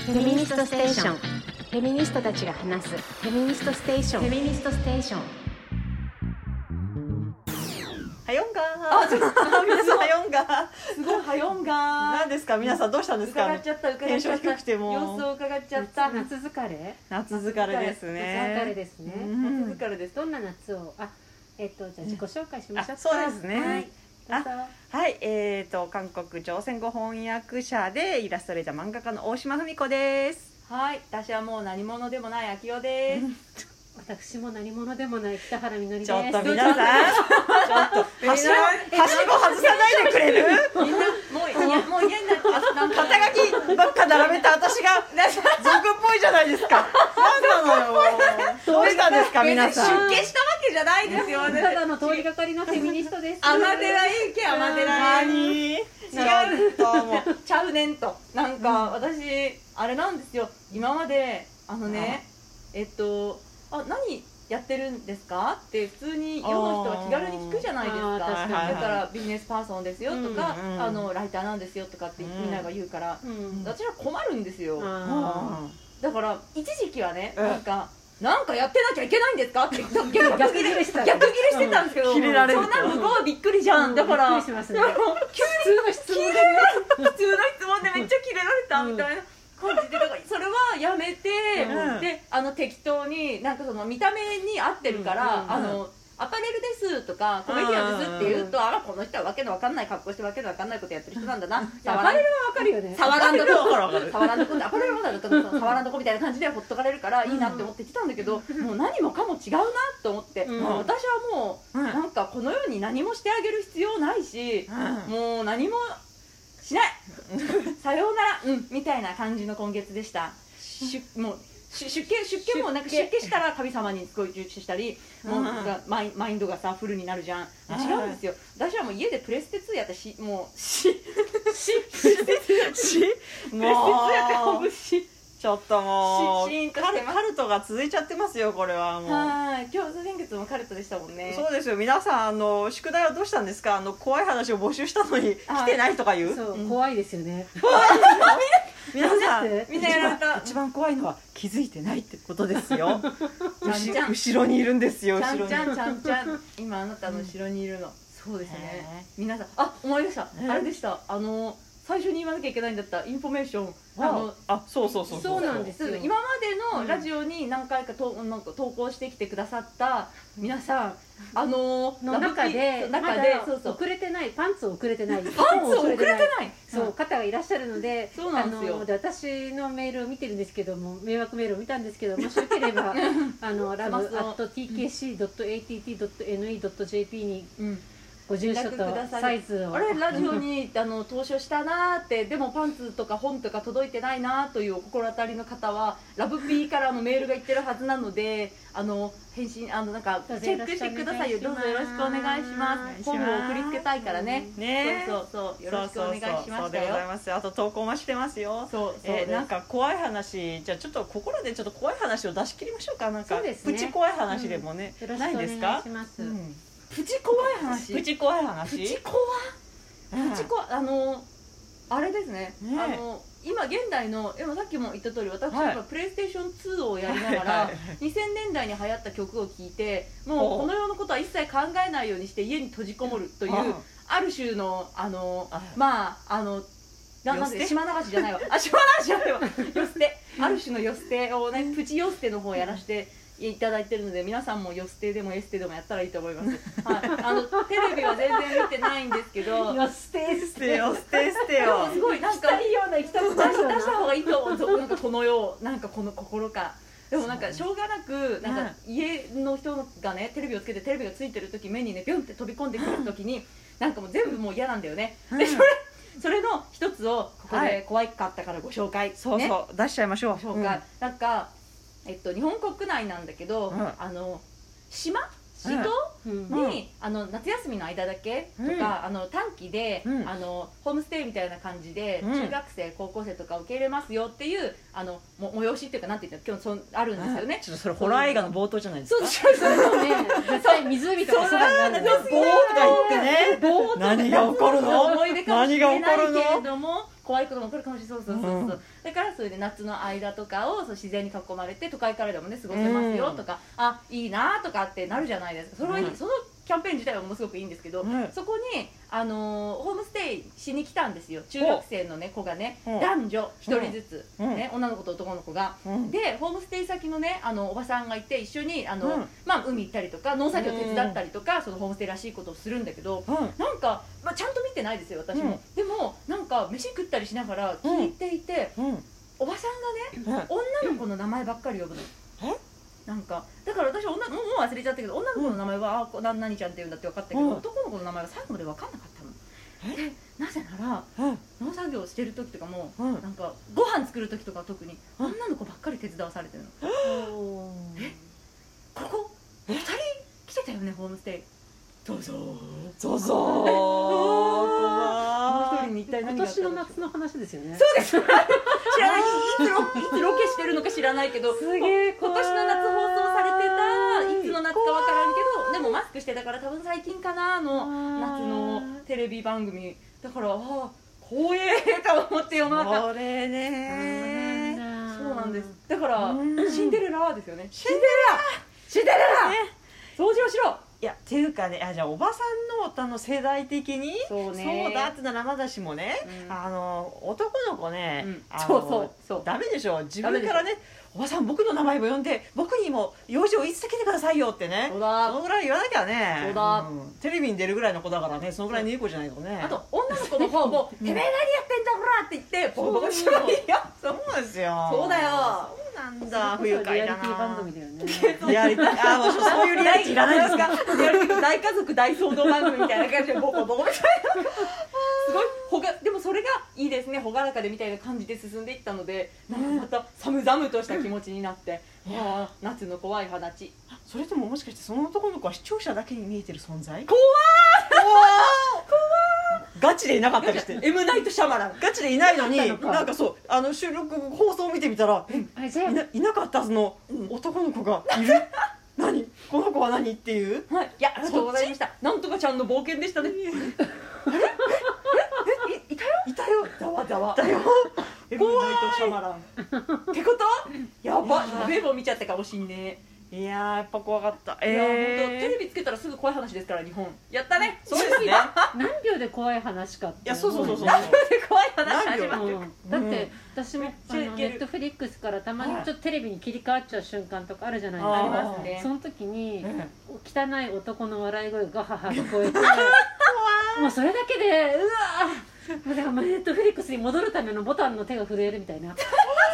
フェミニストステーション。フェミニストたちが話す。フェミニストステーション。フェミニストステーション。はよんがー。 皆さんはよんがすごいはよんー。が何ですか皆さんどうしたんですか。伺っちゃった伺テっンちシゃョっンた低くても様子を伺っちゃった夏夏疲れ。夏疲れですね。夏疲れですねうん疲れですどんな夏を、あ、えっと、じゃあ自己紹介しましょうか。あそうですねはい。どうぞはい、えーと韓国朝鮮語翻訳者でイラストレーター漫画家の大島文子です。はい私はもう何者でもない秋代です私も何者でもない北原みのりです。ちょっとどうぞ皆さん、ちょっとはしごはしご外さないでくれる？みんなもういやもう嫌になっちゃったなんか肩書きばっか並べた私が俗っぽいじゃないです か。なんなのよ。どうしたんですか皆さん。別に出家したわけじゃないですよただの通りがかりのフェミニストです。アマテラいいけアマテラいい何？違違うともう。ちゃうねんとなんか私あれなんですよ今まであのねえっとあ何やってるんですかって普通に世の人は気軽に聞くじゃないですあーか確かにだからビジネスパーソンですよとか、うんうんあのライターなんですよとかってうんみんなが言うから、うん。私は困るんですよ、あだから一時期はねうんなんか、なんかやってなきゃいけないんですかって逆逆 逆逆切れしてた逆切れしてたんですけど、うん切れられる そんな向こうはびっくりじゃん、うんだからびっくりします ねでも普通の質問でね。普通の質問でめっちゃキレられたみたいな感じでだからそれはやめて、うんであの適当になんかその見た目に合ってるから、うんあのアパレルですとかコメディアンですって言うと、あらこの人はわけのわかんない格好してわけのわかんないことやってる人なんだなア触パらレんルはわかるよね。触らんとわかるわかこる触らんとこアパレルもだと触らんとこみたいな感じでほっとかれるからいいなって思ってきたんだけど、もう何もかも違うなと思って、うんもう私はもう、うんなんかこの世に何もしてあげる必要ないし、うんもう何もしない さようならうんみたいな感じの今月でしたしゅもうし出家出家もなんか出出家家したら神様にすごい重視したりもううんなんかマイマインドがさフルになるじゃんうん違うんですよ私はもう家でプレステ2やったしもうししプレステし2やってほもうぐしちょっともうしシーンとカしてルますカルトが続いちゃってますよこれはもはい今日先月もカルトでしたもんうねそうですよ皆さんあの宿題はどうしたんですかあの怖い話を募集したのに来てないとか言うそう、ん怖いですよね。皆さんだってみんなやられた一番怖いのは気づいてないってことですよちゃんちゃん後ろにいるんですよちゃ後ろにんちゃんちゃんちゃん今あなたの後ろにいるの、そうですへね皆さんあ思い出した、うんあれでしたあの最初に言わなきゃいけないんだったインフォメーションあのああそうそうそうそうなんですよ今までのラジオに何回かと、なんか投稿してきてくださった皆さんあのの中で、ラブピま中だでそうそう遅れてない、パンツを遅れてない。パンツを遅れてないそう方がいらっしゃるのでそうなんですよあので私のメールを見てるんですけども迷惑メールを見たんですけどもしよけれ ばあのラブマスを .tkc.att.ne.jp にうんご住所連絡くとださいサイズをあれラジオにあの投書したなーってでもパンツとか本とか届いてないなーというお心当たりの方はラブピーからのメールが行ってるはずなのであの返信あのなんかチどうぞよェッろクししくお願いしますてくださいよどうぞよろしくお願いしまおす願いします本を送りつけたいからね、ねそうそうそうよろしくお願いしまそうそうそうそうしでたごよざいますあと投稿もしてますよそうそうえですなんか怖い話じゃあちょっとここらでちょっと怖い話を出し切りましょうかなんか、そうですねプチ怖い話でもね、よろしくなおい願でいすしか、ます、うんプチ怖い話プチ怖い話プチ怖うんプチコあのあれですねねえあの今現代のでもさっきも言った通り私はい今プレイステーション2をやりながはいはらい2000年代に流行った曲を聴いてほもううこの世のことは一切考えないようにして家に閉じこもるといううんある種のあのあまああのななんよで捨て島流しじゃな いわあ島流しじゃないわよ捨てある種のよ捨てをねプチよ捨ての方をやらせていただいてるので皆さんもよ捨てでもエステでもやったらいいと思います、はい、あのテレビは全然見てないんですけどよステース捨 てよ捨て捨てでよもすごいなんかいいような行きたく出ないしようたな方がいいと思うそうなんかこの世なんかこの心かでもなんかしょうがなくなんうんか家の人がねテレビをつけてテレビがついてる時目にねビュンって飛び込んでくる時になんかもう全部もう嫌なんだよねうんでそれそれの一つをここはで怖かったからご紹介そうねそう、出しちゃいましょうご紹介なんかえっと日本国内なんだけどうんあの島離島うんうんに、あの夏休みの間だけとか、うんあの短期で、うんあのホームステイみたいな感じで、うん中学生高校生とか受け入れますよっていうあのも催しっていうかなんて言ったら今日そんあるんですよね。ちょっとそれホラー映画の冒頭じゃないですそうかそうそれでもね絶対湖とか空になるよねボーとか言ってねぼーっと何が起こるの思い出かもしれないけれども怖いことも起こるかもしれないそうそうそうそう、だからそれで夏の間とかをそう自然に囲まれて都会からでもね過ごせますよとか、あいいなとかってなるじゃないですかそれはいい、うんそのキャンペーン自体はものすごくいいんですけど、うん そこに、あのーホームステイしに来たんですよ中学生の、ね、子がね、うん男女1人ずつ、うんね、女の子と男の子が、うんでホームステイ先のねあのおばさんがいて一緒にあの、うんまあ、海行ったりとか農作業手伝ったりとか、そのホームステイらしいことをするんだけど、うんなんか、まあ、ちゃんと見てないですよ私も、でもなんか飯食ったりしながら聞いていて、うんおばさんがね女の子の名前ばっかり呼ぶの、えなんかだから私女もうもう忘れちゃったけど女の子の名前は、あこな何ちゃんって言うんだって分かったけど、うん男の子の名前は最後まで分かんなかったのでなぜならうん農作業してる時とかも、うんなんかご飯作る時とかは特に女の子ばっかり手伝わされてるのえここ2人来てたよねホームステイどうぞそう そう怖いもう一人に一体今何があった年のの夏の話ですよねそうです。知らない。いつロいつロケしてるのか知らないけど。すげえ今怖い年の夏放送されてたいつの夏かわからんけどでもマスクしてたから多分最近かなあの夏のテレビ番組だからああ光栄と思って世の中これねそうなんですだからうんシンデレラですよねシンデレラシンデレラね掃除をしろいやっていうかねあじゃあおばさんのあの世代的にそそうだってならまだしもね、うんあの男の子ね、うんあのそうそうそうダメでしょ自分からねおばさん僕の名前も呼んで僕にも用事を言いつけてくださいよってねそうだそのぐらい言わなきゃねそうだんテレビに出るぐらいの子だからねそのぐらいのいい子じゃないとねあと女の子の 方も「てめえ何やってんだほら!」って言ってボコボコしそうろよそうですよそうだよそうなんだ不愉快リアだなリティ番組だよね リアリティあもうそういうリアリティいらないですかかリアリティ大家族大騒動番組みたいな感じでボコボコみたいなすごいほがでもそれがいいですね朗らかでみたいな感じで進んでいったのでなんかまた寒々とした気持ちになって、ああ夏の怖い話それとももしかしてその男の子は視聴者だけに見えてる存在怖ガチでいなかったりしてい M ナイトシャマランガチでいないのにいなかったのかなんかそうあの収録放送を見てみたらえあじゃあいないなかったその男の子がいる 何この子は何っていうはい、いや、ありがとうございました。なんとかちゃんの冒険でしたね。え、いたよ。いたよ。ざわざわ。だ よ。怖いとシャマラン。ってこと？やば。ウェブを見ちゃったかもしんねいやーやっぱ怖かったえ。いや、本当テレえビつけたらすぐ怖い話ですから日本。やったね。ー、そうですね何秒で怖い話かっていやそうそうそうそうも怖い話始ま何る。ねうんだって私もめっあちゃのいネけるットフリックスからたまにちょっとテレビに切り替わっちゃう瞬間とかあるじゃないああーりですかますねそ。の時にうん汚い男の笑い声がガハハと聞こえてもうそれだけでうわーもうだからもうネットフリックスに戻るためのボタンの手が震えるみたいな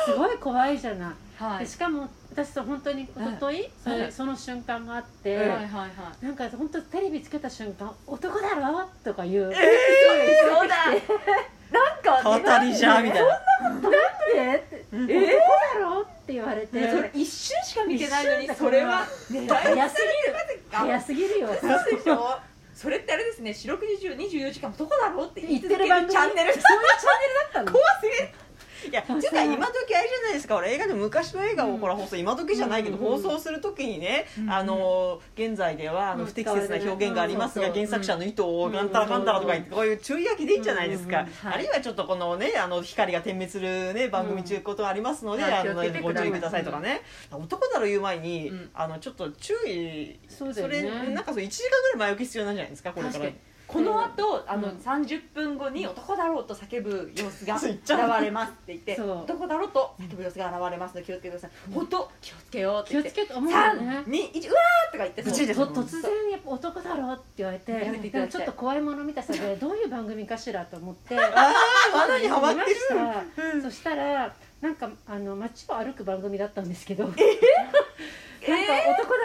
すごい怖いじゃない、はでしかも私さ本当に一昨日それその瞬間があって、はいはいはい。なんか本当テレビつけた瞬間「男だろ?」とか言う「そうだ。なんか語りじゃみたいなえっ?」て「男だろ?」って言われて、ねそれ一瞬しか見てないのに一瞬だからそれはね早すぎるあ早すぎるよそうでしょそれってあれですね四六時中二十四時間どこだろうって言言っっててるる番番組組チャンネルそういうチャンネルだったの怖すぎるいやてか今時あれじゃないですか俺映画で昔の映画をほら放送今時じゃないけどうんうんう放ん送する時にねあの現在ではあうのん不適切な表現がありますがそうそう原作者の意図をんガンタラカンタラとか言ってこういう注意書きでいいんじゃないですうかんうんはいあるいはちょっとこのねあの光が点滅するね番組中ことありますのでうんあのはい気をつけてごくだ注さい意くださいとかね男だろ言う前にうんあのちょっと注意そうだそよれねなんかそう1時間ぐらい前置き必要なんじゃないですかこれか確らかにこの後、あうのん三十分後に男だろうと叫ぶ様子がそう言っちゃう現れますって言ってそう男だろうと叫ぶ様子が現れますので気をつけてください本当気をつけようって気言をってつけて思うよね三二一うわーとか言ってぶちでとすもん突然やっぱ男だろって言われてやめていただきちたいょっと怖いもの見たさでどういう番組かしらと思ってああ罠にはまってる見ましたうんそしたらなんかあの街を歩く番組だったんですけど なんか男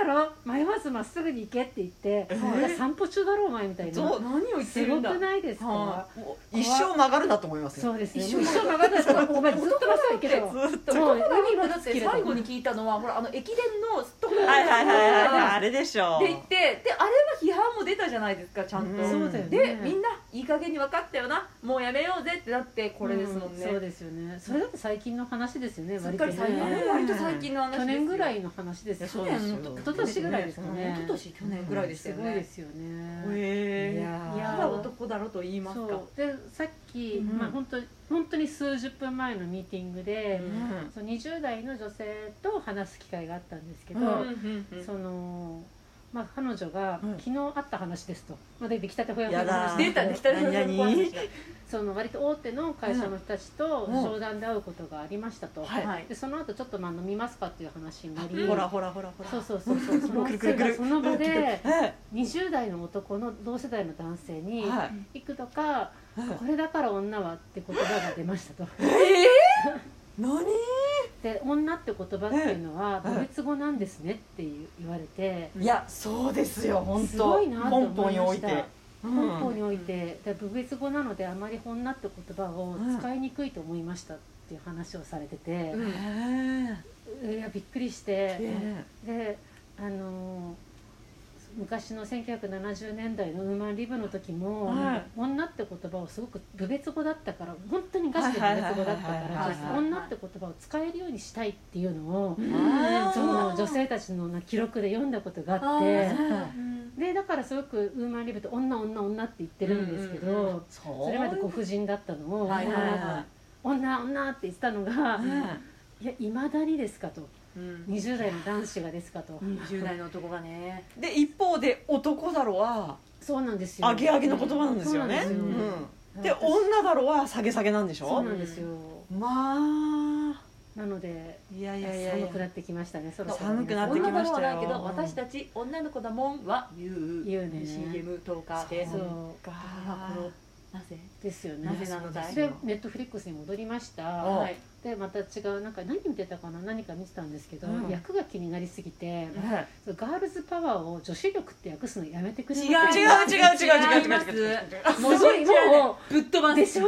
だろ迷わずまっすぐに行けって言って、ーいや散歩中だろお前みたいそなう何を言ってするごんだくないですか、はもう一生曲がるなと思いますよそうですね一一緒生一生曲がったらお前ずっとまっすぐ行けとずっともう男だろう海まだっでて尽きる最後に聞いたのはほらあの駅伝のところはいはいはいはいはいっあれでしょて言ってであれは批判も出たじゃないですかちゃんと、うんそうだよねでみんないい加減に分かったよなもうやめようぜってなってこれですもんね、うそうですよねそれだって最近の話ですよねすっ割かとりね最近、割と最近の話です去年ぐらいいの話ですよそ去うで年すよの一昨年ぐらいですかね一昨年去年ぐらいでしたよすごいでね、すよねへいえやいやーーまだ男だろと言いますそかうでさっき、うんまあ本当本当に数十分前のミーティングで、うその20代の女性と話す機会があったんですけど、うんそのまあ彼女が、うん昨日あった話ですと、まあ、で出来たてほやほややの話だで出たね北島さんの怖い話だその割と大手の会社の人たちとうん商談で会うことがありましたと、はいはいでその後ちょっとまあ飲みますかっていう話になり、うんほらほらほらほらそうそうそうそうそのくるくるくるその場でえ20代の男の同世代の男性えには「いいくとかこれだから女は」って言葉が出ました と。何で女って言葉っていうのはうんドイツ語なんですねっていう言われて。いやそうですよ本当すごいなとポンポ思ンいにま置しいたて本邦において、で部別語なのであまり女って言葉を使いにくいと思いましたっていう話をされててう、んへいやびっくりしえて、へであのー昔の1970年代のウーマンリブの時も、はい女って言葉をすごく部別語だったから本当にガチで部別語だったかはいはいはいはいら女って言葉を使えるようにしたいっていうのを、えあーその女性たちの記録で読んだことがあってあーでだからすごくウーマンリブって女女女って言ってるんですけど。うんうんうそそれまでご婦人だったのを、はいはいはいなんか女女って言ってたのが、うんいやいまだにですかとうん20代の男子がですかと、 20代の男がねで一方で男だろはそうなんですよ上げ上げの言葉なんですよねそうなんですよ、うんで女だろは下げ下げなんでしそうょなんですよまあなのでいやいやいやいや寒くなってきましたねそろそろ寒くなってき女まだしろうただよけど私たち女の子だもんは言う言うね CM トーカーできそそううかなぜですよねなぜなのだいでネットフリックスに戻りましたおはいでまた違うなんか何見てたかな何か見てたんですけど、うん役が気になりすぎて、ねそうガールズパワーを女子力って訳すのやめてくれま違うせんか違う違う違う違う違う違う違うもすごいもうぶっ飛ばすでしょ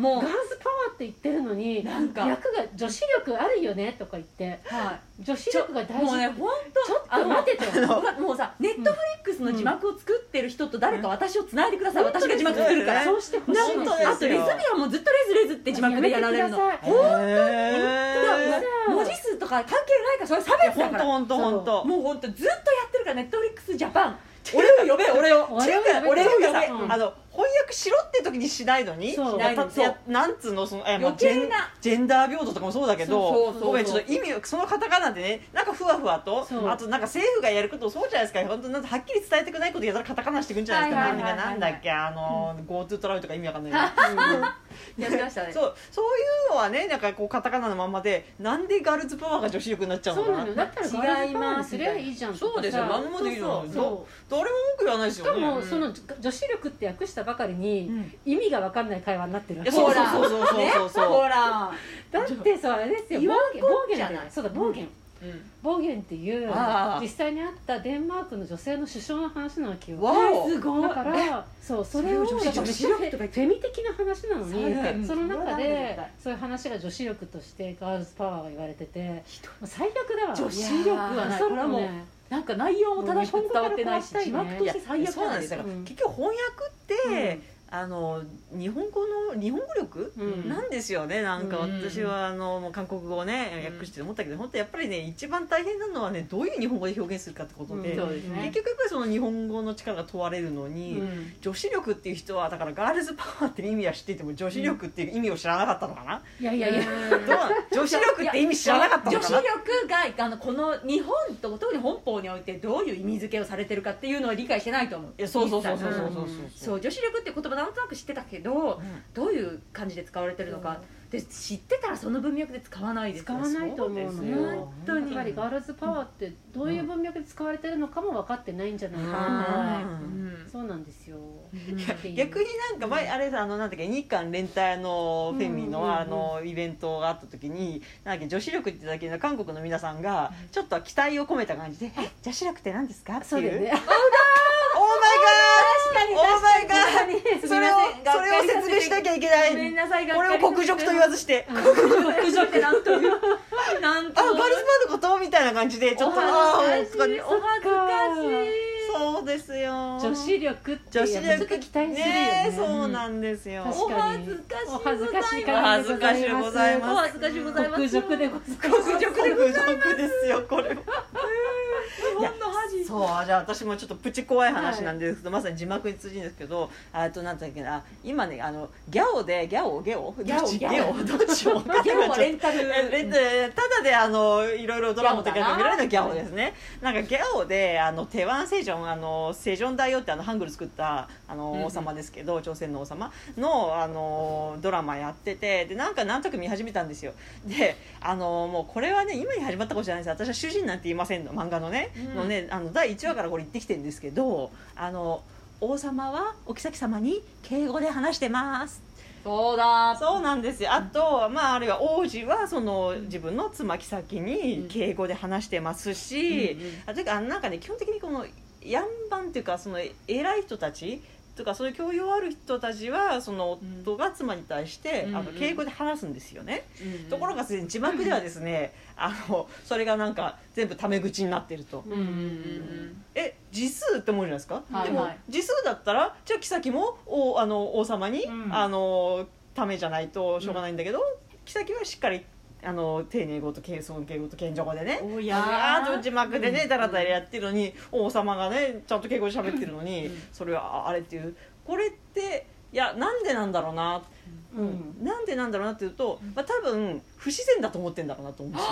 もガうールズパワーって言ってるのになんか役が女子力あるよねとか言っては女子力がい大も事うね本当ちょっと待てとあのもうさネットフリックスの字幕を作ってる人と誰か私をつないでください本当で私がす字幕作るからそうしてほしいなんとあとレズビアンもずっとレズレズって字幕でやられるのやめてくださいへ当文字数とか関係ないからそれ差別だ本当から本当本当もう本当ずっとやってるからネットフリックスジャパン俺を呼べ俺をていうか俺俺をを呼べ呼べ、うんあの翻訳しろって時にしないのにそうやっぱやなんつうのそのえまあ余計なジェンジェンダー平等とかもそうだけそどうそうそうごめんちょっと意味をそのカタカナでねなんかふわふわとそうあとなんか政府がやることそうじゃないですか本当なんかはっきり伝えてくないことやたらカタカナしてくんじゃないですはかいはいはいはいなんだっけあの GoTo トラベルとか意味わかんないけどやってましたねそうそういうのはねなんかこうカタカナのまんまでなんでガールズパワーが女子力になっちゃうのそうなかなのよだったらガールズパワーにすりゃ違いますいいじゃんとかさそうですよ何もできるのそうにそうど誰も文句言わないですしよかねもんその女子力って訳したばかりうにん意味が分かんない会話になってるいわやけそうそうそうそうそうそうほらだってそうあれですよ言暴わん言こ暴っち言ゃだないよそうだ暴言暴言っていうああ実際にあったデンマークの女性の首相の話なわけよわおすごいだからそうそれをそれをだからめっちゃフェ女子力とかフ言ってェミ的な話なのそうだよにその中うんでそういう話が女子力としてガールズパワーが言われててもう最悪だわ女子力はないそこれれははももううなんか内容も正しく伝わってないしもう字日本語幕から壊したとしてい最悪そうなんですよだから、うん結局翻訳って、あの日本語の日本語力、うんなんですよねなんかうん私はあのもう韓国語をねうん訳して思ったけど、本当やっぱりね一番大変なのはねどういう日本語で表現するかってことで、うんそうですね結局やっぱりその日本語の力が問われるのに、うん女子力っていう人はだからガールズパワーっていう意味は知っていても女子力っていう意味を知らなかったのかな、いやいやいやどうなの女子力って意味知らなかったの女か子な力があのこの日本と特に本邦においてどういう意味付けをされてるかっていうのを理解してないと思ういやそうそうそうそうそうそうそう女子力って言葉なんとなく知ってたけどどういう感じで使われてるのかで知ってたらその文脈で使わないです使わないと思うそのうですよよ本当にやっぱりガールズパワーってどういう文脈で使われてるのかも分かってないんじゃないかはいなううんそうなんですようんっていう逆になんか前あれさあのなんだっけ日韓連帯のフェミうんうんうんのあのイベントがあった時になんだっけ女子力って言ったけど韓国の皆さんがちょっと期待を込めた感じで「え女子力って何ですか?」ってそういだようね「オ確かにーマイガーオーマイガ確かー!に」それをそれを説明しなきゃいけなごめんいなさいこれを国辱と言わずして「あガール ズ国辱ってなんというなんとバーのこと?」みたいな感じでちょっと「おああ恥ずかしいお恥ずかしいそそうですよ女子力って女いう子やっぱ力ちょっと期待するよねねそうなんですよ確おかに恥ずかしいお恥ずかしいごおざいま恥ずかしいございすおます恥ずかしいございます国辱でございます国辱でございますですよこれは日本の恥そうじゃあ私もちょっとプチ怖い話なんですけど、まさに字幕に通じるんですけどあとなんだっけな今ねあのギャオでギャオギャオギャオギギャャオどっちもギャオはレンタ ルえレンタルただであのいろいろドラマとかで見られるのはギャオですねなんかギャオであのテワンセジョンあのセジョン大王ってあのハングル作ったあうんうんの王様ですけど、朝鮮の王様のあのドラマやっててでなんかなんとなく見始めたんですよであのもうこれはね今に始まったことじゃないんです私は主人なんて言いませんの漫画のね、うんのねあの第1話からこれ言ってきてるんですけどあの王様はお妃様に敬語で話してますそうだそうなんですよあと、まあ、あるいは王子はその自分のつま先に敬語で話してますし、うんうんあというかあのなんかね基本的にこのヤンバンっていうかその偉い人たちとかそういう教養ある人たちはそのうん夫が妻に対して、うんうんあの敬語で話すんですよね、ところががですね字幕ではですね、あのそれがなんか全部タメ口になってると、うんうんえ字数って思うじゃないですか、はいでもはい字数だったらじゃあ妃もおあの王様に、うんあのためじゃないとしょうがないんだけど、妃はしっかりあの丁寧語と謙遜敬語と謙譲語でねおやあーっと字幕でね、うんだらだらやってるのに王様がねちゃんと敬語で喋ってるのに、うんそれはああれっていうこれっていやなんでなんだろうな、ううんん、なんでなんだろうなっていうと、まあ、多分不自然だと思ってんだろうなと思うんですよ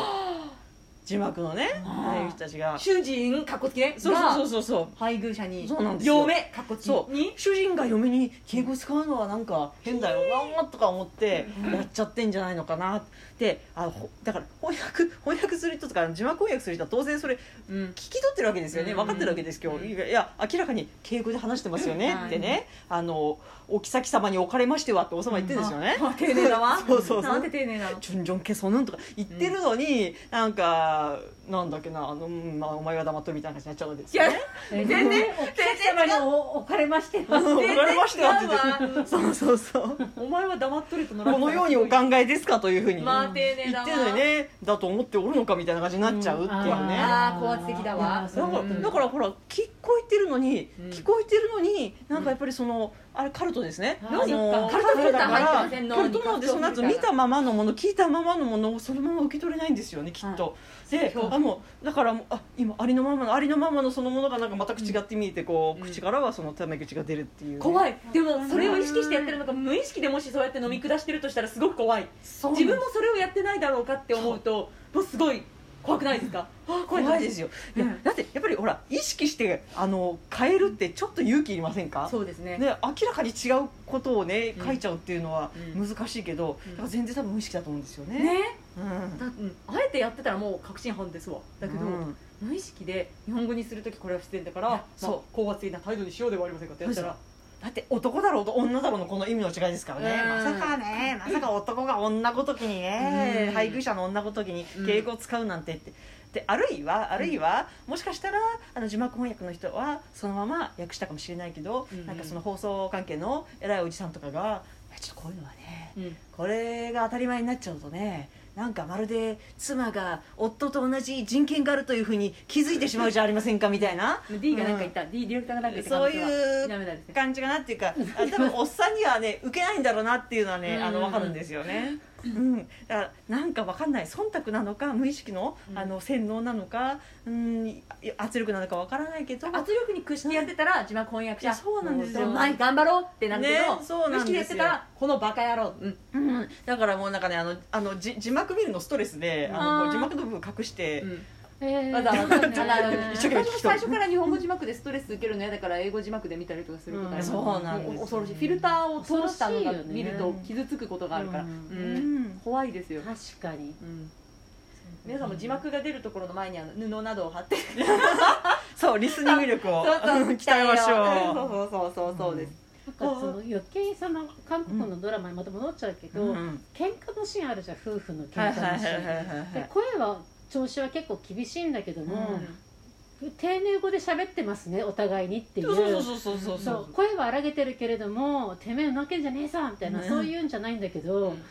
字幕のねああいう人たちが。囚人かっこつきねそうそうそううそうそう配偶者にそうなんですよ嫁かっこつきそうに主人が嫁に敬語使うのはなんか変だよなとか思ってやっちゃってんじゃないのかなってあほだから翻訳翻訳する人とか字幕翻訳する人は当然それうん聞き取ってるわけですよねうん分かってるわけですけどうんいやいや明らかに敬語で話してますよねはいってねあのお妃様におかれましてはって王様言ってるんですよね。あ丁寧だわそうそうそうなんて丁寧なのチュンジョンケソヌンとか言ってるのに、なんかなんだっけなあの、うんまあ、お前は黙っとるみたいな感じになっちゃうんですよね。全然お客様にお置かれましてはうん おかれましてはって言って全然違うわるそうそうそう。お前は黙っとれとのこのようにお考えですかというふうにまあ丁寧言だっわてるのにねだと思っておるのかみたいな感じになっちゃうっていうね、だんかあー高圧的だわいやそうらうんだからほら聞こえてるのに、うん聞こえてるのになんかやっぱりそのあれカルトですね、ああのカルトフィルター入ってませんカルトなのでその後見たままのもの聞いたままのものをそのまま受け取れないんですよねきっと、でそうあのだからもうあ今ありのままのありのままのそのものがなんか全く違って見えてこう、うん口からはそのため口が出るっていうね、怖いでもそれを意識してやってるのか無意識でもしそうやって飲み下してるとしたらすごく怖いそう自分もそれをやってないだろうかって思うともうすごい怖くないですかあ怖いですよ、いやうんだってやっぱりほら意識してあの変えるってちょっと勇気いりませんか、そうですねね、明らかに違うことをねうん書いちゃうっていうのはうん難しいけど、うんだから全然多分無意識だと思うんですよね。ねうんだうんあえてやってたらもう確信犯ですわだけど、うん無意識で日本語にする時これは不自然だから、いまやあ、そう高圧的な態度にしようではありませんかってやった らだって男だろうと女だろうのこの意味の違いですからね、うんまさかねまさか男が女ごときにね、うん配偶者の女ごときにうん敬語を使うなんてって。であるいはあるいは、もしかしたらあの字幕翻訳の人はそのまま訳したかもしれないけど、うんなんかその放送関係の偉いおじさんとかが「ちょっとこういうのはねうんこれが当たり前になっちゃうとねなんかまるで妻が夫と同じ人権があるというふうに気づいてしまうじゃありませんかみたいな D が何か言った、D ディレクターが何か言ったそういうダメだですね感じかなっていうかあ多分おっさんにはね受けないんだろうなっていうのはねうんあの分かるんですよね。うん、だからなんか分かんない忖度なのか無意識のうんあの洗脳なのか、うん、い圧力なのか分からないけど圧力に屈してやってたら字幕翻訳いや者そうなんですよもう前頑張ろうってなるけど、ねそうなんですよ無意識でやってたらこのバカ野郎、うんうん、だからもうなんかねあのあのじ字幕見るのストレスであのこあーう字幕の部分隠して。えわざわざちょっとね一生懸命聞き取る最初から日本語字幕でストレス受けるの嫌だから英語字幕で見たりとかすることありますうんそうなんですよもう恐ろしいフィルターを通したのが恐ろしいよね見ると傷つくことがあるから、うんうん怖いですよ、確かにうん皆さんも字幕が出るところの前にあの布などを 貼って そうリスニング力を鍛鍛ええよましうょう。そうそうそうそうです、なんかその余計その韓国のドラマにまた戻っちゃうけど、うん喧嘩のシーンあるじゃん夫婦のはい喧はい嘩のはいシーン、はいはでい声は調子は結構厳しいんだけども、丁寧語で喋ってますねお互いにっていうそうそうそうそうそそうう声は荒げてるけれどもてめえのけんじゃねえさみたいな、ねそういうんじゃないんだけど、うん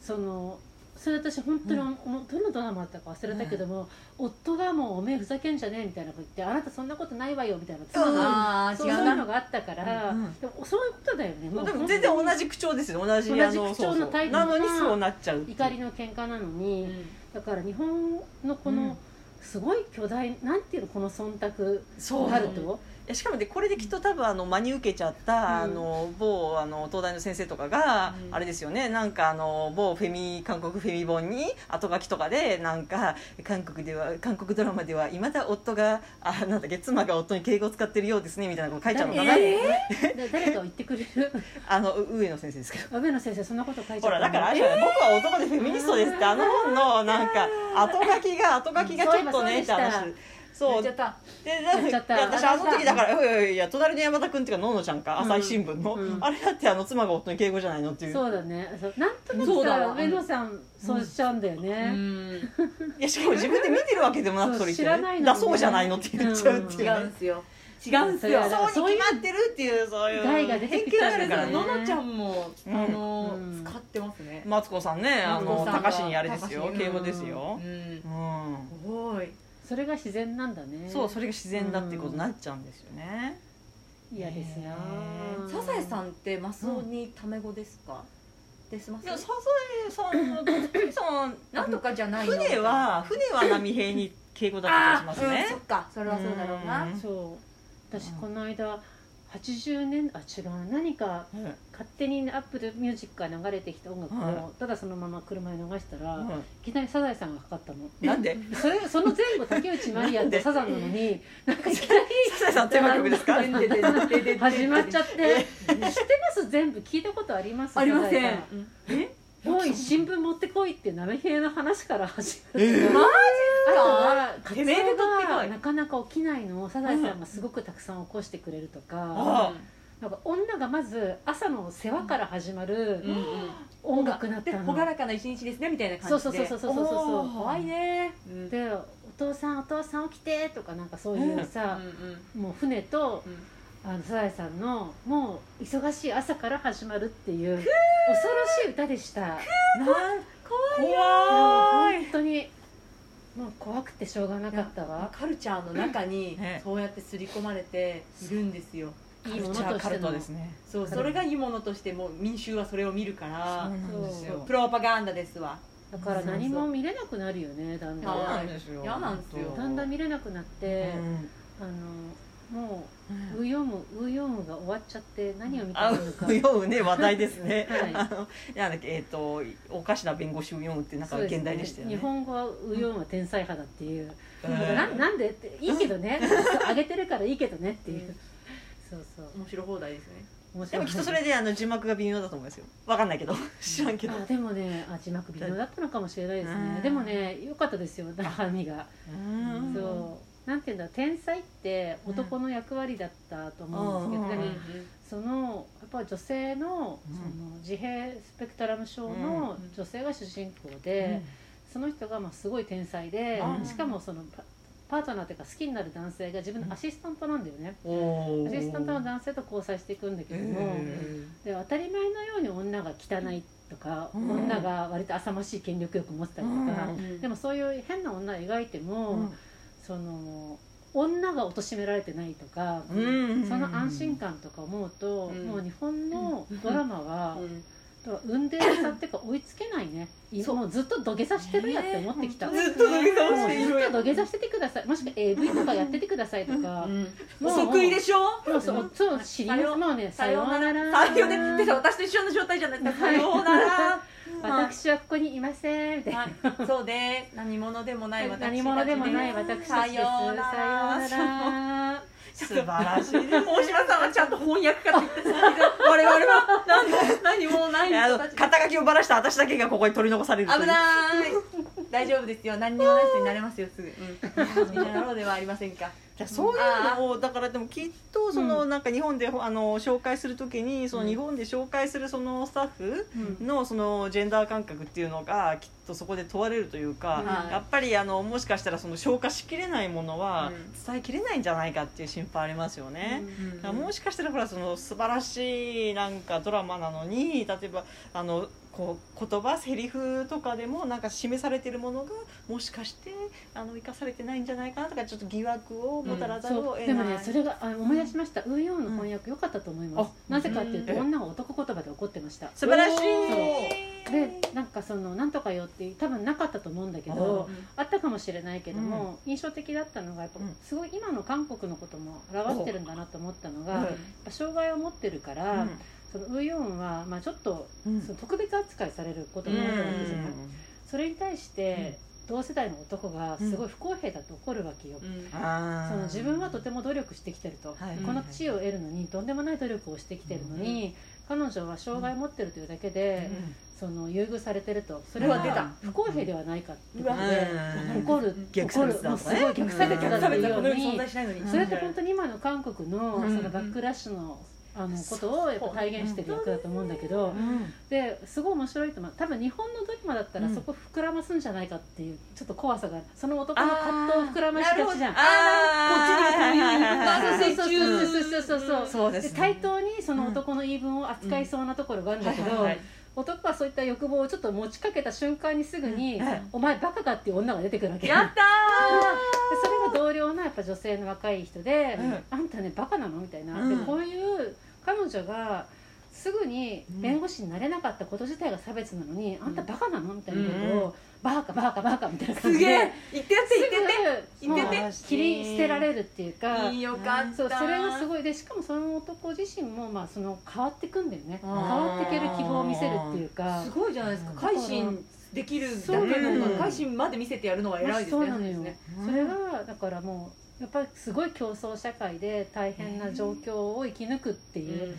そのそれ私本当に、もうどのドラマだったか忘れたけども、夫がもうおめえふざけんじゃねえみたいなこと言ってあなたそんなことないわよみたいなそうあーそう違いううなのがあったから、うんうんでもそういうことだよねもうでも全然本当同にじ口調ですよ同じ同じあの口調のタイプそうそうなのにそうなっちゃう怒りの喧嘩なのに、うんだから日本のこうんのすごい巨大なんていうのこの忖度そうあるとえしかもでこれできっと多分あの真に受けちゃった、あの某あの東大の先生とかが、うんあれですよねなんかあの某フェミ韓国フェミ本に後書きとかでなんか韓国では韓国ドラマではいまだ夫があなんだっけ妻が夫に敬語を使ってるようですねみたいなこと書いちゃうのかな、誰だ誰かを言ってくれ るあのう上野先生ですけど。上野先生そんなこと書いちゃほったらのだからあれじゃない、僕は男でフェミニストですってあの本のなんか後書きが後書きがちょっとねって話そ言うっちゃったでやっちゃったいや私ああれさの時だから「いやいやいや隣の山田君」っていうかののちゃんかうん朝日新聞の、うんあれだってあの妻が夫に敬語じゃないのっていうそうだねそうなんとなそくうださわ上野さんそうしちゃうんだよね、うんいやしかも自分で見てるわけでもなくそうそれ言って知らないのにねだそうじゃないのって言っちゃうってい違ううねんすよ違うんすよそれはだそうに決まってるっていうそういう害が出て偏きち見ゃうがあからるねからねののののちちゃゃんも、うんあの、うん使ってますね。マツコさんねマあツのコさんが高橋にあれですよ高橋敬語ですうよんう。んすごい。それが自然なんだねそうそれが自然だっていうことになっちゃうんですよね嫌ですよねサザエさんんってマスオにタメ語ですか。ですますでも。サザエさんのそのなんとかじゃないの。船は船は波平に敬語だったりしあまあ、すねうんそっか。それはそうだろうな。うんそう私うんこの間80年あ違う何かうん勝手にアップルミュージックが流れてきた音楽はをただそのまま車に流したら、いうんきなりサザエさんがかかったのなんでそれその前後竹内まりやとサザンなのになんかいきなサザエさんテーマ曲ですか ででででででり始まっちゃってえ知ってます全部聞いたことありますありません。 「おい新聞持ってこい」っていう鍋平の話から始まる、えーあとはカツてめえで取オってこがいなかなか起きないのをサザエさんがすごくたくさん起こしてくれるとか、あなんか女がまず朝の世話から始まうんうるん音楽だっでた朗らの。かな一日ですねみたいなそ感うじそで。うそうそうそうそうおそうー怖いね。うんで「お父さんお父さん起きて」とかなんかそういうさ、もう船とうんあのサザエさんのもう忙しい朝から始まるっていう恐ろしい歌でした。なん怖いよ。も怖う本当にもう怖くてしょうがなかったわカルチャーの中にねそうやって刷り込まれているんですよ。いいものとしてのねそうそれがいいものとしても民衆はそれを見るかそうならんですそうよプロパガンダですわだから何も見れなくなるよねだんだそうんなんですよ嫌なんですよだんだん見れなくなっうて、んあのもう「うよむうよむ」が終わっちゃって何を見たあらいいのか、うようね話題ですねはいあのなんだっけえっとおかしな弁護士を読む ってなんかそうですね現代でしたよね日本語は「うよむ」は天才派だっていう、うんななんでっていいけどねあげてるからいいけどねっていう、うんそうそう面白い放題ですね面白でいもきっとそれであの字幕が微妙だと思いますよわかんないけど 知らんけどあでもねあ字幕微妙だったのかもしれないですうねんでもね良かったですよ中身がうんそうなんていうんだ天才って男の役割だったと思うんですけうど、んねうんそのやっぱ女性の,、そうんの自閉スペクトラム症のうん女性が主人公で、その人がまあすごい天才で、うんしかもそのパパートナーというか好きになる男性が自分のアシスタントなんだよね、うんおーアシスタントの男性と交際していくんだけども、えで当たり前のように女が汚いとか、うん女が割と浅ましい権力欲持ってたりとか、うんでもそういう変な女を描いても、ーその女が貶められてないとか、うんその安心感とか思うと、うんもう日本のドラマは、うん運転手さんっていうか追いつけないねいもうずっと土下座してるやって思ってきた、ずっと土下座をもしうていずるっと土下座しててくださいもしくは AV とかやっててくださいとか、うんもう即位でしょもうそうそう知りまさすようもうねさようならささようようななららってか私と一緒の状態じゃないですかはさいようなら私はここにいませんみたいな、はいそうで何者でもない私たち何ね者でもない私たちですさようならさようなら素晴らしいです大島さんはちゃんと翻訳家って言ってたけど我々は何何もないいやあ人のたち肩書きをばらした私だけがここに取り残されるという危ない大丈夫ですよ何にもない人になれますよすぐ、うん、みんなろうではありませんかじゃあそういうのをだからでもきっとそのなんか日本であの紹介するときにその日本で紹介するそのスタッフのそのジェンダー感覚っていうのがきっとそこで問われるというか、はいやっぱりあのもしかしたらその消化しきれないものはうん伝えきれないんじゃないかっていう心配ありますよね。だからもしかしたらほらその素晴らしいなんかドラマなのに例えばあのこう言葉セリフとかでもなんか示されてるものがもしかしてあの生かされてないんじゃないかなとかちょっと疑惑をもたらざるをそう得ない、でもねそれがあ思い出しましたウーヨンの翻訳良かったと思います、うんなぜかっていうとうん女が男言葉で怒ってました素晴らしいそうでなんかその「なんとかよ」って多分なかったと思うんだけどあったかもしれないけども、印象的だったのがやっぱうんすごい今の韓国のことも表してるんだなと思ったのが、うんやっぱ障害を持ってるから、そのウーヨンは、まあ、ちょっとうんその特別扱いされることになるわけじゃない、それに対して、同世代の男がすごい不公平だと怒るわけよ、あーその自分はとても努力してきてると、はいこの地位を得るのにとんでもない努力をしてきてるのに、彼女は障害を持ってるというだけで、その優遇されてるとそれはうわ出た不公平ではないかってことうでん怒る逆差別だもとうすかねごい逆差別だ逆って差い別うよはこうの世にに存在しないのにそれって本当に今の韓国のうんそのバックラッシュの。あのことをやっぱ体現してる役だと思うんだけどですごい面白いと思う多分日本のドラマだったらうんそこ膨らますんじゃないかっていうちょっと怖さがあるその男の葛藤を膨らましがちじゃんあーあそうそうはいはいはいはいそうそうそうそうそうそうでですね対等にその男の言い分を扱いそうなところがあるんだけど、うんはいはいはい男はそういった欲望をちょっと持ちかけた瞬間にすぐに「うんお前バカか」っていう女が出てくるわけやったでそれが同僚のやっぱ女性の若い人で「うんあんたねバカなの?」みたいな、うんでこういう彼女がすぐに弁護士になれなかったこと自体が差別なのに「あんたバカなの?」みたいなことを「バカバカバカ」みたいなー感じすげでえ言ってやって言ってやすぐ言っててもう切り捨てられるっていうかっていいよかったそうそれがすいごいでしかもその男自身もまあその変わっていくんだよねあ変ーわっていける希望を見せるっていうかすごいじゃないですか改心できるだけそうなのの改心まで見せてやるのは偉いですそうねなのですよねそれがだからもうやっぱりすごい競争社会で大変な状況を生き抜くっていう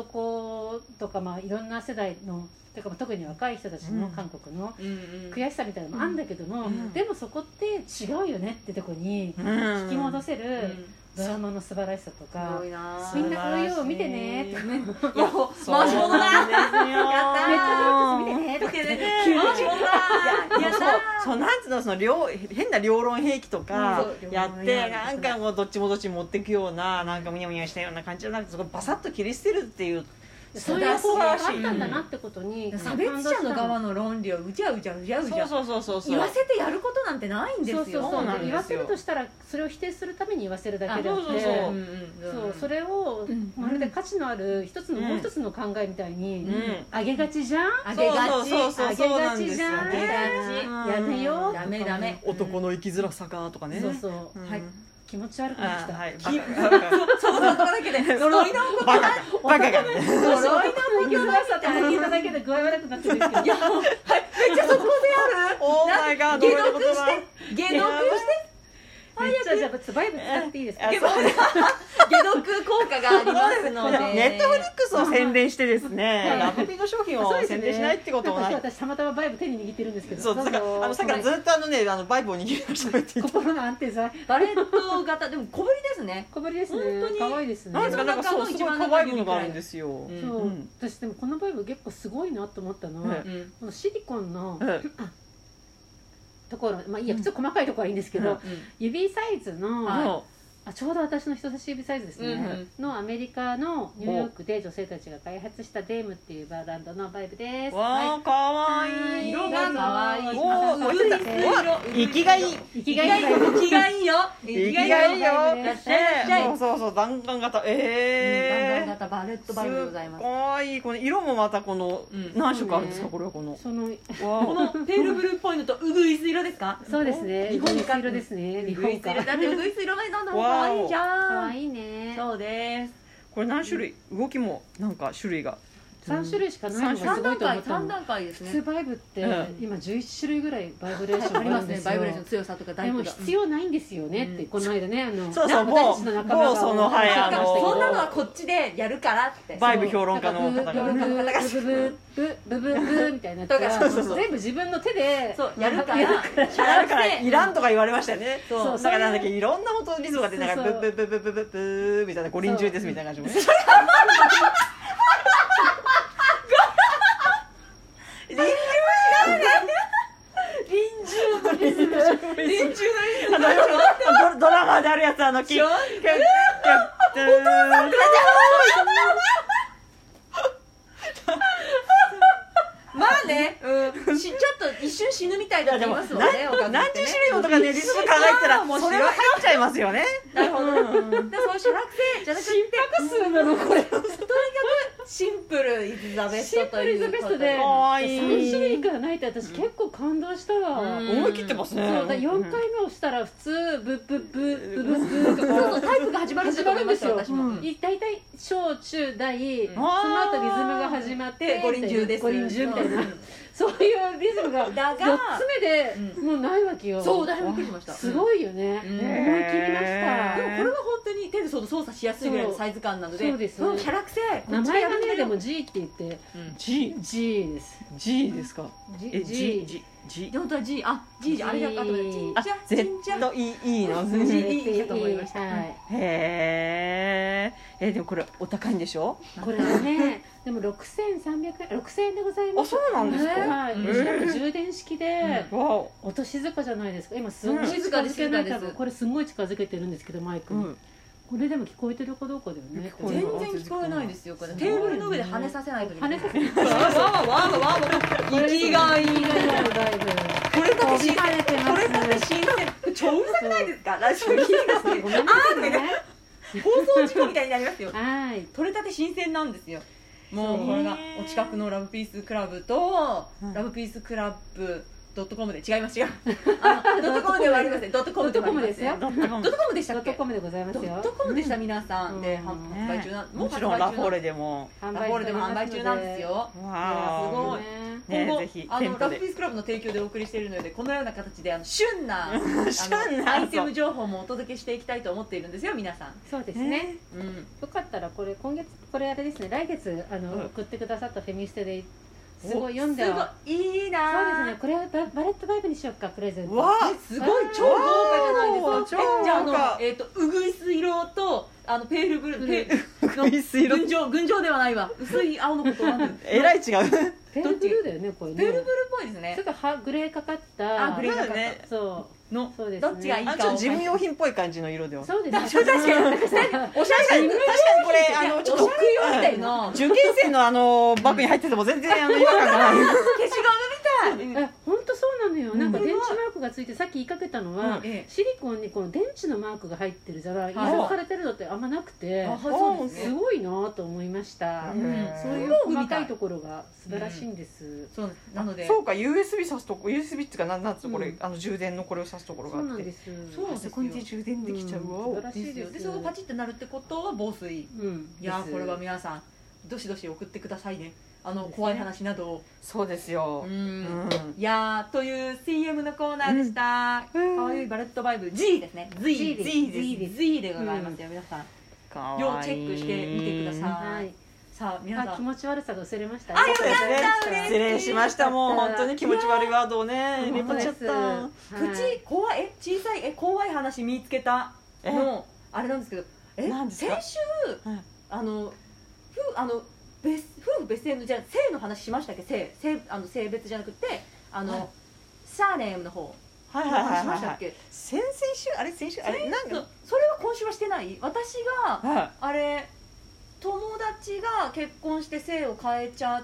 男とかまあいろんな世代のとかまあ特に若い人たちのうん韓国の悔悔しさみたいなのもあるんだけども、うんでもそこって違うよねってとこにうん引き戻せうるんドラマの素晴らしさとすかごいなみんなこういうのを見てねとかいや 回し物だやったーネットフリックス見てねとか見てね回し物だ いやそうそうなんつうのその両変な両論兵器とかうんそうやっ両論てやなんかもうどっちもどっち持ってくようななんかむにゃむにゃしたような感じじゃなくてそこバサッと切り捨てるっていうそういう方法があったんだなってことに差別者の側の論理をうじゃうじゃうじゃうじそうゃそうそうそうそう言わせてやることなんてないんですそようそうそそううなんですよ言わせるとしたらそれを否定するために言わせるだけであってあそうそうそうそうそれれをうんまるで価値のある一つの、うんもう一つの考えみたいにうんあげがちじゃん、あげがちそうそうそうそうそうなんですよあげねがやめようダメダメ男の生きづらさがとかねそうそう、んはい気持ち悪くなってあきーた、はきいバカバカその言葉だけで呪いの言バカ葉バカがねそうそう 呪いの生きづらさって聞いただけで具合悪くなってるけどいやはいめっちゃそこオーマイガードで俺あるの解言葉毒して解毒してめっちゃじゃあちょっとバイブ使っていいですかあ解毒解毒効果がありますので ネットフリックスを宣伝してですねラブピの商品をそうです宣ね伝しないってことはななんいか私たまたまバイブ手に握ってるんですけどそうだからあのさっきからずっとあのねあのバイブを握りましたって言って心の安定剤バレット型でも小ぶりですね小ぶりですね本当に可愛いですねなんですかなんかそうすごい可愛いものがあるんですよ、そう、うん私でもこのバイブ結構すごいなと思ったのは、うんうんこのシリコンのうんところまあいいやちょっと細かいところはいいんですけど、うん指サイズの、はいあちょうど私の人差し指サイズですね、のアメリカのニューヨークで女性たちが開発したデームっていうバランドのバイブですわあ、かわいい。色が可愛いおー薄い色生きがいい。生生ききがいいよ生きがいいよ生きががいいいいよいよ。らっしゃいいらっしゃいねもうそうそう、弾丸型。弾丸ええ。型バレットバルでございますかわいい。この色もまたこのうん、何色あるんですそうか、ねこれはこの。そのこわあ。のペールブルーっぽいのとウグイス色ですかそうですね日本か色ですね日ウグ本イスか色だってウグイス色がなんだもん可愛いじ可ゃん愛いねそうですこれ何種類動きも、なんか種類が。三種類しかないのがす三ごい段と思っ階た三の段階です普通ねバイブってうん今11種類ぐらいバイブレーションありますねあバイるんブでよレーション強さとか大でも工が必要ないんですよねって、うんこの間ねあのそうそう私たちの仲間が某某そのはいそうあのそんなのはこっちでやるからってバイブ評論家の方なんかがブね。ーブーブーブーブーブーブーブーブーみたいなやつとがかそうそうそう全部自分の手でそうやるかやらだから、いらんとか言われましたよね。そうそうだからなんだっけ、いろんな音リズムが出て、なんか、そブうそうッブッブッブッブッブーみたいな、五輪中ですみたいな感じも。連中のあのドドラマであるやつあのキちょッっキャッキャッキャッマジね、うん、しちょっと一瞬死ぬみたいだと思いますもんねおかず何っ十てね種類もとかねリズム考えたらもう知らんそれは入っちゃいますよねなるほど、だからそういう主楽性じゃなくて画数なのこれとにかくシンプルイズザベスシントプとルいイうズベストでかわいい3種類からないって私結構感動したわ、うん思い切ってますねそうだ4回目押したら普通ブッブッブッブブッブッとかタイプが始まるんだと思いました私始も、まるんい大体小中大、んその後リズムが始まってで五輪中です五輪中みたいな、そういうリズムが4だがつ目でもうないわけよそうだいぶびっくりしましたすごいよね、う思い切んりました、でもこれは本当に手でその操作しやすいぐらいのサイズ感なのでそうですんキャラクセ名前がねでも G って言ってうん G G です G ですかえ G G G G 本当は G あ G じゃあれだあとね G あじゃ Z じゃ E E なんですうねん G いいいいと思いましたはいへーえでもこれお高いんでしょこれはねでも6300円6000円でございあますそうなんですかはい、うんしかも充電式で、わお音静かじゃないですか今すごい静近かですづけない、静か多です分これすごい近づけてるんですけどマイクに、うんこれでも聞こえてるかどうかだよね聞こえ全る然聞こえないですよこれテーブルの上で跳ねさせないといけな跳いねさせわわわわわ わ息がいいいだいぶだいぶこれだけ新跳ねてますこれだけ新 鮮超うるさくないですかラジオ聞いてますけごどめんなさいね 放送事故みたいになりますよはい取れたて新鮮なんですよもそううこれがお近くのラブピースクラブと、うんラブピースクラブドットコムで違います違うあのドットコムではありませんドットコムではありませんドットコムですよだっドッたかもトコムでしドたッっけトコムでございますドッよトコムでした皆さんでうん販ね売中なもちろんラフォーレでも販ラフォーレでも販売中なんですよわおいやすねごい今後ぜひあ店の舗ラブピでースクラブの提供でお送りしているのでこのような形であの旬なあ旬のなアイテム情報もお届けしていきたいと思っているんですよ皆さん、そうですね、うん、よかったらこれ今月これあれですね来月あの、うん送ってくださったフェミステですごいす読んではごいいいそうなですーねこれはババレットバイブにしようかプレゼントうわえすごい超豪わあ華じゃないですかえじゃああ超豪華のえっ、とうぐいす色とあのペールブルーペー水色群青群青ではないわ薄い青のことなんだペえらい違うペールブルーだよねこれールブルーねっぽいですちょねっとはグレーかかったあグレーだねそのうそうですねどっちがいいかあをちょっと事務用品っぽい感じの色ではそうです確かにおしゃれ確かに確かにこれあのちょっとおしゃれ用みたいなうん受験生のあのバッグに入ってても全然あの違和感がない消しゴムみたいあ本当そうなのよなんか電池マークがついてさっき言いかけたのは、うんえシリコンにこの電池のマークが入ってるじゃない印はい刷されてるのってあんまなくえてあそうですすねごいなと思いました、んそういう細かいところが素晴らしいんです、そうなんですなのでそうか USB 挿すとこ USB っていうかなんなんつうのこれ、うんあの充電のこれを挿すところそがあうっなんてですそうなパんですよソコンで充電できちゃうわ、うん素晴らしいですよでそこがパチってなるってことは防水うんいやーですこれは皆さんどしどし送ってくださいねあのですね怖い話などをそうですうよ、うんんいやーという CM のコーナーでした、うんかわいいバレットバイブ G ですね Z G です Z です Z でございますよ、皆さんかわいい要チェックしてみてくださはいさあ皆さあ気ん持ち悪さが薄れましたあよそうですねった嬉しい失礼しましたもう本当に気持ち悪いワードをね入れ本当込んでじゃっすたプチ怖いえ小さいえ怖い話見つけたえのあれなんですけどえ何ですか先週はいあの夫あの別夫婦別姓のじゃあ性の話しましたっけ性性あの性別じゃなくてあの、はいサーネームの方はいはいは話いしまはしいたはっいけ先々週あれ先週あれなんそかうそれは今週はしてない私がはいあれ友達が結婚して姓を変えちゃ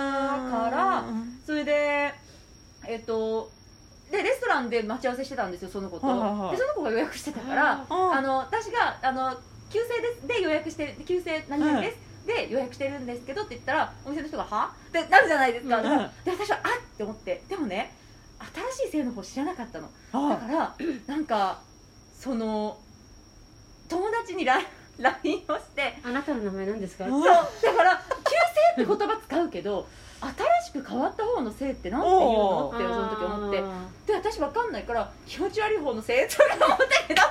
あーそれでえっとでレストランで待ち合わせしてたんですよその子と、はいはいはいでその子が予約してたからあーあの私があの急性ですで予約して急性何々です、で予約してるんですけどって言ったらお店の人が「は?」ってなるじゃないですか、うんでうん私は「あっ!」って思ってでもね新しい性の方知らなかったのだあからなんかその友達に LINE をしてあなたの名前なんですかうんそうだから「旧姓」って言葉使うけど新しく変わった方の姓ってなんて言うのってその時思ってあで私わかんないから気持ち悪い方の姓とか思ったけど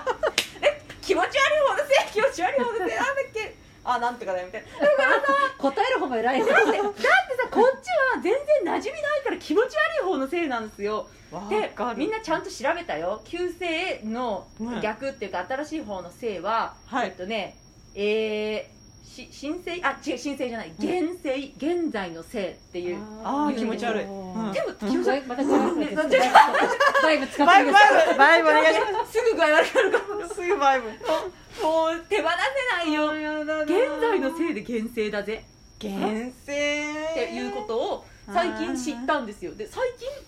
え気持ち悪い方の姓気持ち悪い方の姓なんだっけあなんとかだよみたいなだからさー答える方が偉いね だってだってさこっちは全然馴染みないから気持ち悪い方の姓なんですよわでかるみんなちゃんと調べたよ旧姓の逆っていうか新しい方の姓は、はいえっとねえー、し新生あ違う新生じゃない現生、現在の姓っていうあー気持ち悪いでうんもでも気持ち悪いまた怖くなってきたうんねバイブ使バっイてブみバイブバイブお願いしすぐ具合悪くなるかますすぐバイブもう手放せないよ現在のせいで現世だぜ厳正っっていうことを最近知ったんですよで最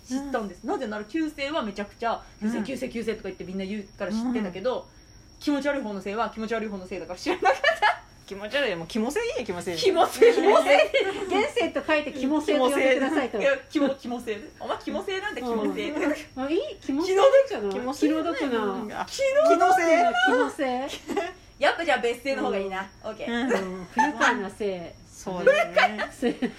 近知ったんです、なぜなら旧姓はめちゃくちゃ「旧う姓ん旧姓旧姓」とか言ってみんな言うから知ってんだけど、気持ち悪い方の姓は気持ち悪い方の姓だから知らなかっ気持ち悪いもう気もせいいや気もせいた気もせ気もせ現世と書いてキモ性と呼んでくださいといや気も気もせお前気もせなんて気もせうんあいい気持ちじゃない気も気の毒な気のせい気のせいやっぱじゃあ別姓の方がいいな、オッケーうん不愉快なせいそうですねせい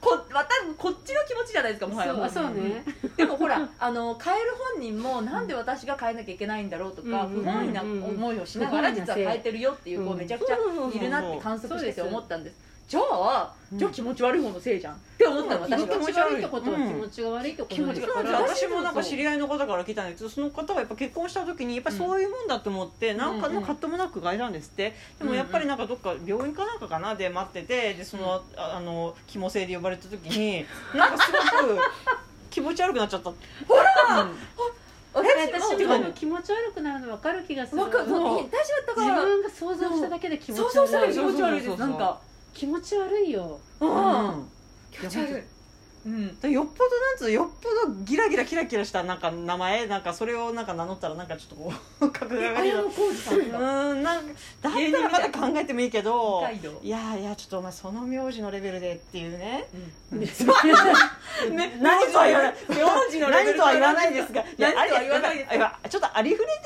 こまたこっちの気持ちじゃないですかもはやそうそうねでもほらあの変える本人もなんで私が変えなきゃいけないんだろうとかうん不本意な思いをしながら実は変えてるよっていう子うんめちゃくちゃいるなって観測しててそうです思ったんですじゃあうんじゃあ気持ち悪い方のせいじゃんって思ったの気私持はち悪いってことは気持ちが悪いってことなんだそうなかんでらすよ私もなんか知り合いの方から聞いたんですけどその方はやっぱ結婚した時にやっぱりそういうもんだと思って何かの葛藤もなく外たんですってでもやっぱりなんかどっか病院かなんかかなで待っててでそのああの気もせいで呼ばれた時に なんかすごく気持ち悪くなっちゃったほら、うん私私もも気持ち悪くなるの分かる気がするわかるもうそう私だった自から分が想像しただけで気持ち想悪い像したら気持ち悪いでそうそうそうそうすなんか気持ち悪いようんうん気持ち悪いうんでよっぽどなんつうのよっぽどギラギラキラキラしたなんか名前なんかそれをなんか名乗ったらなんかちょっとこう 格が上がり綾だう野浩二さんがーんなんかだっ芸人みたたらいまた考えてもいいけど北海道いやいやちょっとお前その名字のレベルでっていうねね何とは言わない名字のレベ何ルとは言わないですが何とは言わないでやあすれだからやっぱちょっとありふれてる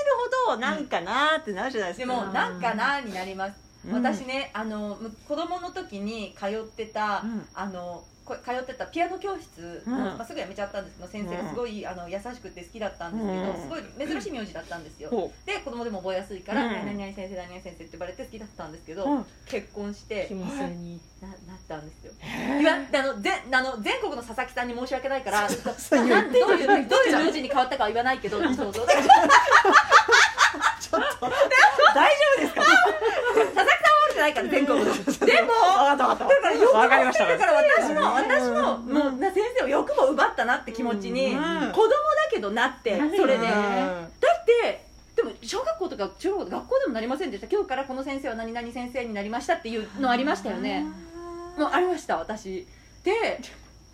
ほどなんかなーってなるじゃないでですかも「なんかな」になりますうん私ねあのむ子供の時に通ってた、うんあのこ通ってたピアノ教室の、うんまあ、すぐ辞めちゃったんですけど先生うんがすごいあの優しくて好きだったんですけど、うんすごい珍しい名字だったんですよ、ほで子供でも覚えやすいから「うん何々先生何々先生」って言われて好きだったんですけど、うん結婚して気持ち悪いにななった んですよいやあのぜあの全国の佐々木さんに申し訳ないからどううい う言どういう名字に変わったかは言わない けどそうそうだからう大丈夫ですか佐々木さんは悪くないから全国のでも分かった分かった分かりましただから私も私うんももうな先生をよくも奪ったなって気持ちにう子ん供だけどなってなるそよねれでだってでも小学校とか中学校学校でもなりませんでした今日からこの先生は何々先生になりましたっていうのありましたよねもうありました私で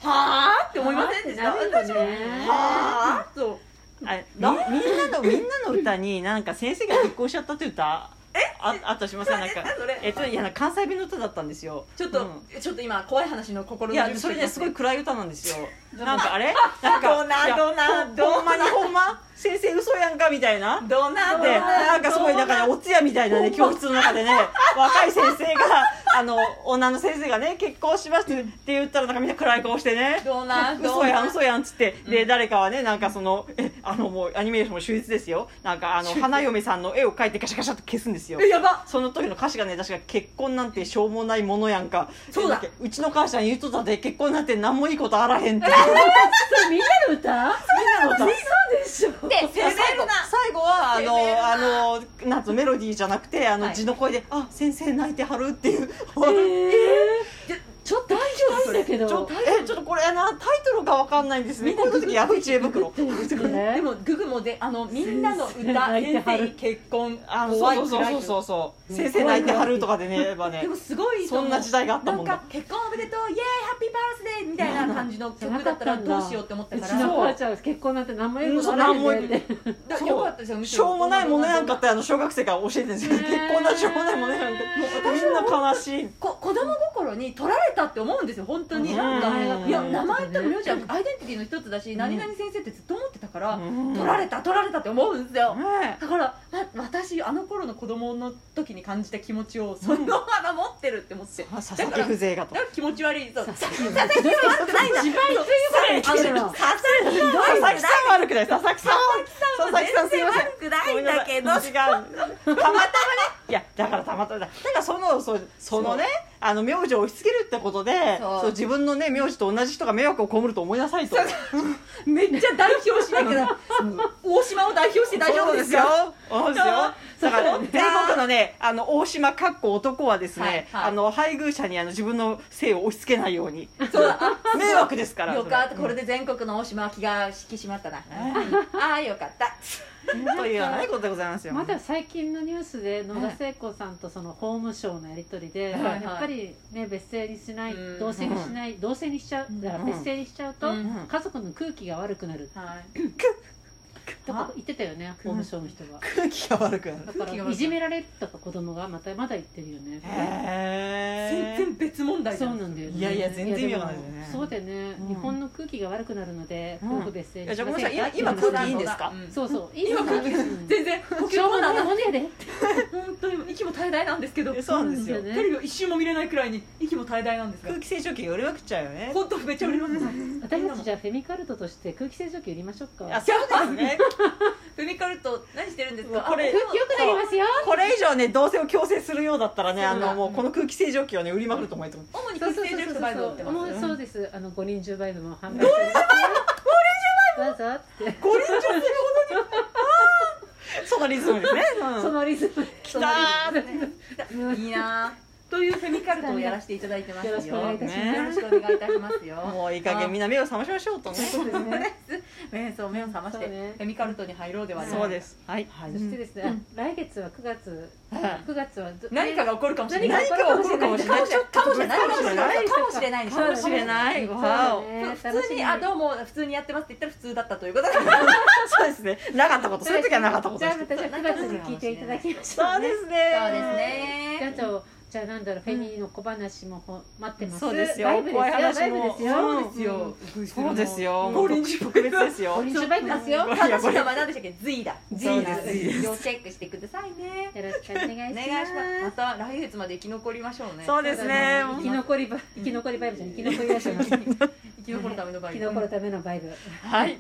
はあって思いませんでしたはーってなる私よもねはあとあれみみんなのみんなの歌になんか先生が結婚しちゃったって歌えああったしませんなんかそれえっといやなんか関西弁の歌だったんですよちょっとうんちょっと今怖い話のい心の準や備それねすごい暗い歌なんですよどうなんかあ れなんかどないやどないどないほんまにほんま先生嘘やんかみたいなでどうなってなんかすごいなんかねお通夜みたいなね教室の中でね若い先生があの女の先生がね結婚しますって言ったらなんかみんな暗い顔してねどうなど嘘うやなん嘘やんっつって、で誰かはねなんかそのえあのもうアニメーションも秀逸ですよなんかあの花嫁さんの絵を描いてガシャガシャって消すんですよえやばその時の歌詞がね確か「結婚なんてしょうもないものやんか」そうだえなんかうちの母ちゃん言うとったで結婚なんて何もいいことあらへ ん」ってみそれみんなの歌んなの歌そうでしょで攻める最後な最後はあ攻めるなのあのなんつうのメロディーじゃなくてあはのい字の声で「あ先生泣いてはる」っていう、いやちょっと大丈夫それだけどちょっとえちょっとこれなタイトルがわかんないん ですねこういう時やぶい知恵袋でもググもであのみんなの歌先生泣いて先は生るに結婚あの怖いそうそう暗いそうそうそううん先生泣いてはるとかでねやっぱねでもすごいとそ思んうな時代があったもんなんだか結婚おめでとうイエーイハッピーバースデーみたいな感じの曲だった らどうしようって思ったかうちのら母ちゃん結婚なんて何もいいことないよねってだそうよかったですよむろしょうもないものやんかってあの小学生から教えてるんですよへ結ー婚なんてしょうもないものやんかみんな悲しいこ子供心に取られたって思うんですよ本当にうんなんうかんいや名前と名字はアイデンティティの一つだし何々先生ってずっと思ってたから取られた取られたって思うんですよねだから、ま、私あの頃の子供の時に感じた気持ちをそのまま持ってるって思って、え佐々木風情がとだから気持ち悪いそうさ一番強いあからのさ言ってるの佐々木さんは悪くない佐々木さんは佐々木さんすいませんくないんだけど違うたま たまねいやだからたまたまだだからそのそうそのねあの名字を押し付けるってことでそうそう自分のね名字と同じ人が迷惑を被ると思いなさいとめっちゃ代表しなきゃ大島を代表して大丈夫ですよそうですよ。だから全国のね、あの大島かっこ男はですね、はいはいあの配偶者にあの自分の性を押し付けないよう に。そうだ迷惑ですから。よかったそこれで全国の大島は気が引き締まったなああよかったというようなことでございますよ。まだ最近のニュースで野田聖子さんとその法務省のやり取りで、はいはいやっぱり、ね、別姓にしないうん同姓にしない同姓にしちゃうだからうん別姓にしちゃうとうん家族の空気が悪くなるはいとか言ってたよね法務省の人が空気が悪くなる。だか空気らが悪くなるいじめられるとか子供がまたまだ言ってるよねへ全然別問題じそゃうんなんだよねいやいや全然意味わかんないですよねいやでもそうだよねうん日本の空気が悪くなるのでうん夫婦別姓にじゃあごめんなせさいか今今って空気いいんですかう？んそうそう今空気がうん全然呼吸しょう困もない難もんやで本当に息も絶え絶えなんですけどえそうなんですよそうなんだよねテレビを一周も見れないくらいに息も絶え絶えなんですが空気清浄機が売れまくっちゃうよね。本当めっちゃ売れますね私たちじゃあフェミカルトとして空気清浄機売りましょうかあそうです ね。フェミカルト何してるんですかこれ空気良くなりますよこれ以上ね同性を強制するようだったらねそうあだのもうこの空気清浄機をね売りまくると思います。主にそう空そうそう気清浄機そとうバイブを売ってますもねうそうですあの五人十倍部も販売してどうぞって 五連勝するほどに。あーそのリズムですね。うんそのリズムきそたのーいいなぁというフェミカルトをやらせていただいてますよよろしくお願いいたしますよろしくお願いいたしますよ もういい加減みんな目を覚ましましょうとね。そうですねねそう目を覚まして、そうねフェミカルトに入ろうではないそうです。はい。はいそしてですね、来月は9月9月はど何かが起こるかもしれない何かが起こるかもしれない。かもしれないかもしれないかかもしれないもしれない。そうわだお。ね普通にあどうも普通にやってますって言ったら普通だったということでそうですね。なかったこと、そういう時はなかったことじゃであます。たじゃあ9月に聞いていただきましょそううねですね。そうですであねとじゃあなんだろうフェミの小話もほ待ってますそうですよライブですよ怖い話もライブですよそうですよそうですよ。五輪中特別ですよ オ。リンジバイクですよよいや正しこいれ名前何でしたっけ Z だそう Z でだす Z です要チェックしてくださいねろしくお願いしまおす願いしますまた来月まで生き残りましょうねそうですね。生き残りバ生き残りバイブじゃん生き残りラ ジオの生 生き残るためのバイきブ残るためのバイブはい。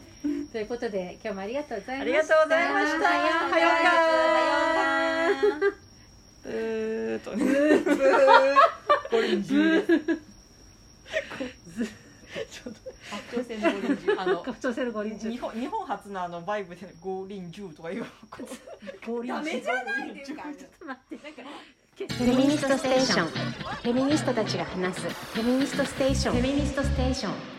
ということで今日もありがとうございあましたりがとうございました。さようなはらよさようならうかー。うーっとね。ゴリンジちょっと北朝鮮のゴリンジあの拡張セル五輪中日本日本初のあのバイブで五輪中とかいう。こう五輪ダ中メじゃないって いうか待ってなんかフェミニストステーションフェミニストたちが話すフェミニストステーションフェミニストステーション